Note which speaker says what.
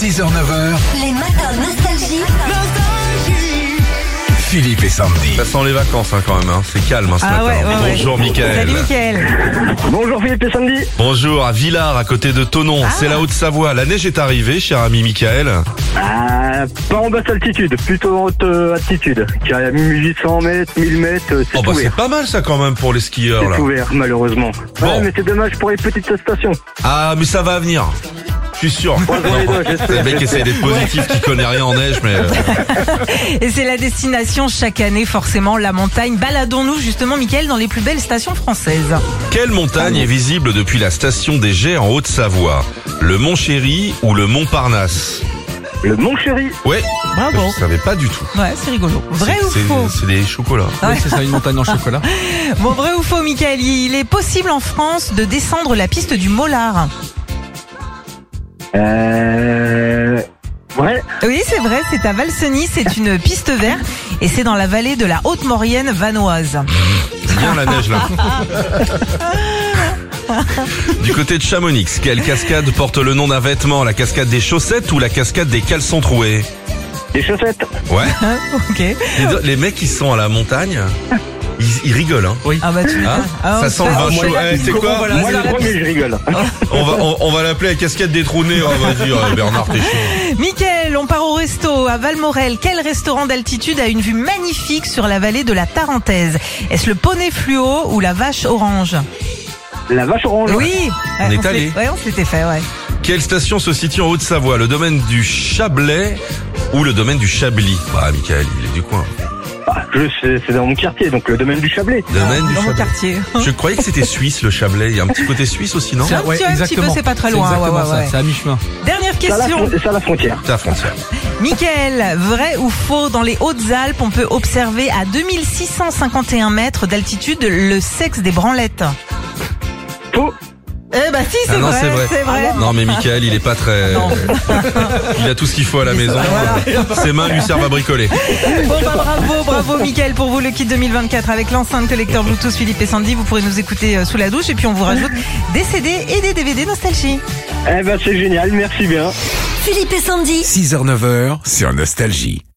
Speaker 1: 6h, 9h,
Speaker 2: Les matins nostalgie.
Speaker 1: Philippe et Sandy.
Speaker 3: Ça sent les vacances hein, quand même, hein. c'est calme hein, ce
Speaker 4: Ah
Speaker 3: matin.
Speaker 4: ouais, ouais, ouais.
Speaker 3: Bonjour Mickaël.
Speaker 4: Salut Mickaël.
Speaker 5: Bonjour Philippe et Sandy.
Speaker 3: Bonjour à Villars, à côté de Tonon,
Speaker 4: Ah.
Speaker 3: c'est la Haute-Savoie. La neige est arrivée, cher ami Mickaël.
Speaker 5: Ah, pas en basse altitude, plutôt en haute euh, altitude. Qui à 1800 mètres, 1000 mètres, euh, c'est
Speaker 3: Oh bah c'est
Speaker 5: ouvert.
Speaker 3: pas mal ça quand même pour les skieurs là.
Speaker 5: C'est ouvert, malheureusement.
Speaker 3: Bon.
Speaker 5: Ouais, mais c'est dommage pour les petites stations.
Speaker 3: Ah mais ça va venir. Je suis sûr.
Speaker 5: Croisons les doigts,
Speaker 3: C'est le
Speaker 5: j'espère.
Speaker 3: mec qui essaie d'être positif, qui connaît rien en neige, mais euh,
Speaker 4: Et c'est la destination chaque année, forcément, la montagne. Baladons-nous justement, Mickaël, dans les plus belles stations françaises.
Speaker 3: quelle montagne est visible depuis la station des Jets en Haute-Savoie Le Mont Chéry ou le Mont Parnasse
Speaker 5: Le Mont Chéri,
Speaker 3: Ouais,
Speaker 4: Bravo.
Speaker 3: je savais pas du tout.
Speaker 4: Ouais, c'est rigolo. Vrai
Speaker 3: C'est-
Speaker 4: ou
Speaker 3: c'est-
Speaker 4: faux
Speaker 3: C'est des chocolats.
Speaker 6: C'est ça, une montagne en chocolat.
Speaker 4: Bon, vrai ou faux, Mickaël Il est possible en France de descendre la piste du Mollard.
Speaker 5: euh... Ouais,
Speaker 4: Oui, c'est vrai, c'est à Valseny, c'est une piste verte et c'est dans la vallée de la Haute-Maurienne vanoise.
Speaker 3: Bien la neige là. Du côté de Chamonix, quelle cascade porte le nom d'un vêtement La cascade des chaussettes ou la cascade des caleçons troués
Speaker 5: des chaussettes.
Speaker 3: Ouais.
Speaker 4: Hein ok.
Speaker 3: Les, deux- les mecs qui sont à la montagne, ils, ils rigolent. Hein.
Speaker 4: Ah bah tu
Speaker 3: Hein
Speaker 4: Ah, on
Speaker 3: ça sent
Speaker 4: fait-
Speaker 3: le
Speaker 4: on
Speaker 3: vin
Speaker 4: fait
Speaker 3: chaud.
Speaker 4: la-
Speaker 3: Eh, c'est quoi
Speaker 4: voilà,
Speaker 5: Moi,
Speaker 4: c'est
Speaker 5: le
Speaker 4: la-
Speaker 5: premier, je rigole.
Speaker 3: On va, on, on va l'appeler la cascade des trous nés, On va dire euh, Bernard t'es chaud.
Speaker 4: Mickaël, on part au resto à Valmorel. Quel restaurant d'altitude a une vue magnifique sur la vallée de la Tarentaise Est-ce le poney fluo ou la vache orange
Speaker 5: La vache orange.
Speaker 4: Oui
Speaker 3: On
Speaker 4: Ouais,
Speaker 3: est
Speaker 4: s'est-
Speaker 3: allé.
Speaker 4: Ouais, on s'était fait, ouais.
Speaker 3: Quelle station se situe en Haute-Savoie Le domaine du Chablais ou le domaine du Chablis Bah, Michael, il est du coin.
Speaker 5: Ah, je sais, c'est dans mon quartier, donc le domaine du Chablais.
Speaker 3: Domaine du
Speaker 4: Dans mon
Speaker 3: Chablais.
Speaker 4: quartier.
Speaker 3: Je croyais que c'était suisse le Chablais. Il y a un petit côté suisse aussi, non
Speaker 4: C'est un petit peu, c'est pas très loin,
Speaker 6: C'est exactement
Speaker 4: ouais, ouais,
Speaker 6: ça,
Speaker 4: ouais.
Speaker 6: c'est à mi-chemin.
Speaker 4: Dernière
Speaker 5: C'est à, la
Speaker 4: question.
Speaker 5: fron- c'est à la frontière.
Speaker 3: C'est à la frontière.
Speaker 4: Mickaël, vrai ou faux, dans les Hautes-Alpes, on peut observer à 2651 mètres d'altitude le sexe des branlettes
Speaker 5: Faux.
Speaker 4: Eh bah si, c'est
Speaker 3: Ah non,
Speaker 4: vrai,
Speaker 3: c'est vrai.
Speaker 4: c'est vrai.
Speaker 3: Non mais Michael, il est pas très.
Speaker 4: Non.
Speaker 3: Il a tout ce qu'il faut à la maison. Ses mains lui servent à bricoler.
Speaker 4: Bon bah bravo, bravo Mickaël pour vous le kit 2024 avec l'enceinte collecteur Bluetooth Philippe et Sandy. Vous pourrez nous écouter euh, sous la douche et puis on vous rajoute des CD et des DVD nostalgie.
Speaker 5: Eh ben, c'est génial, merci bien.
Speaker 2: Philippe et Sandy.
Speaker 1: 6h, 9h sur Nostalgie.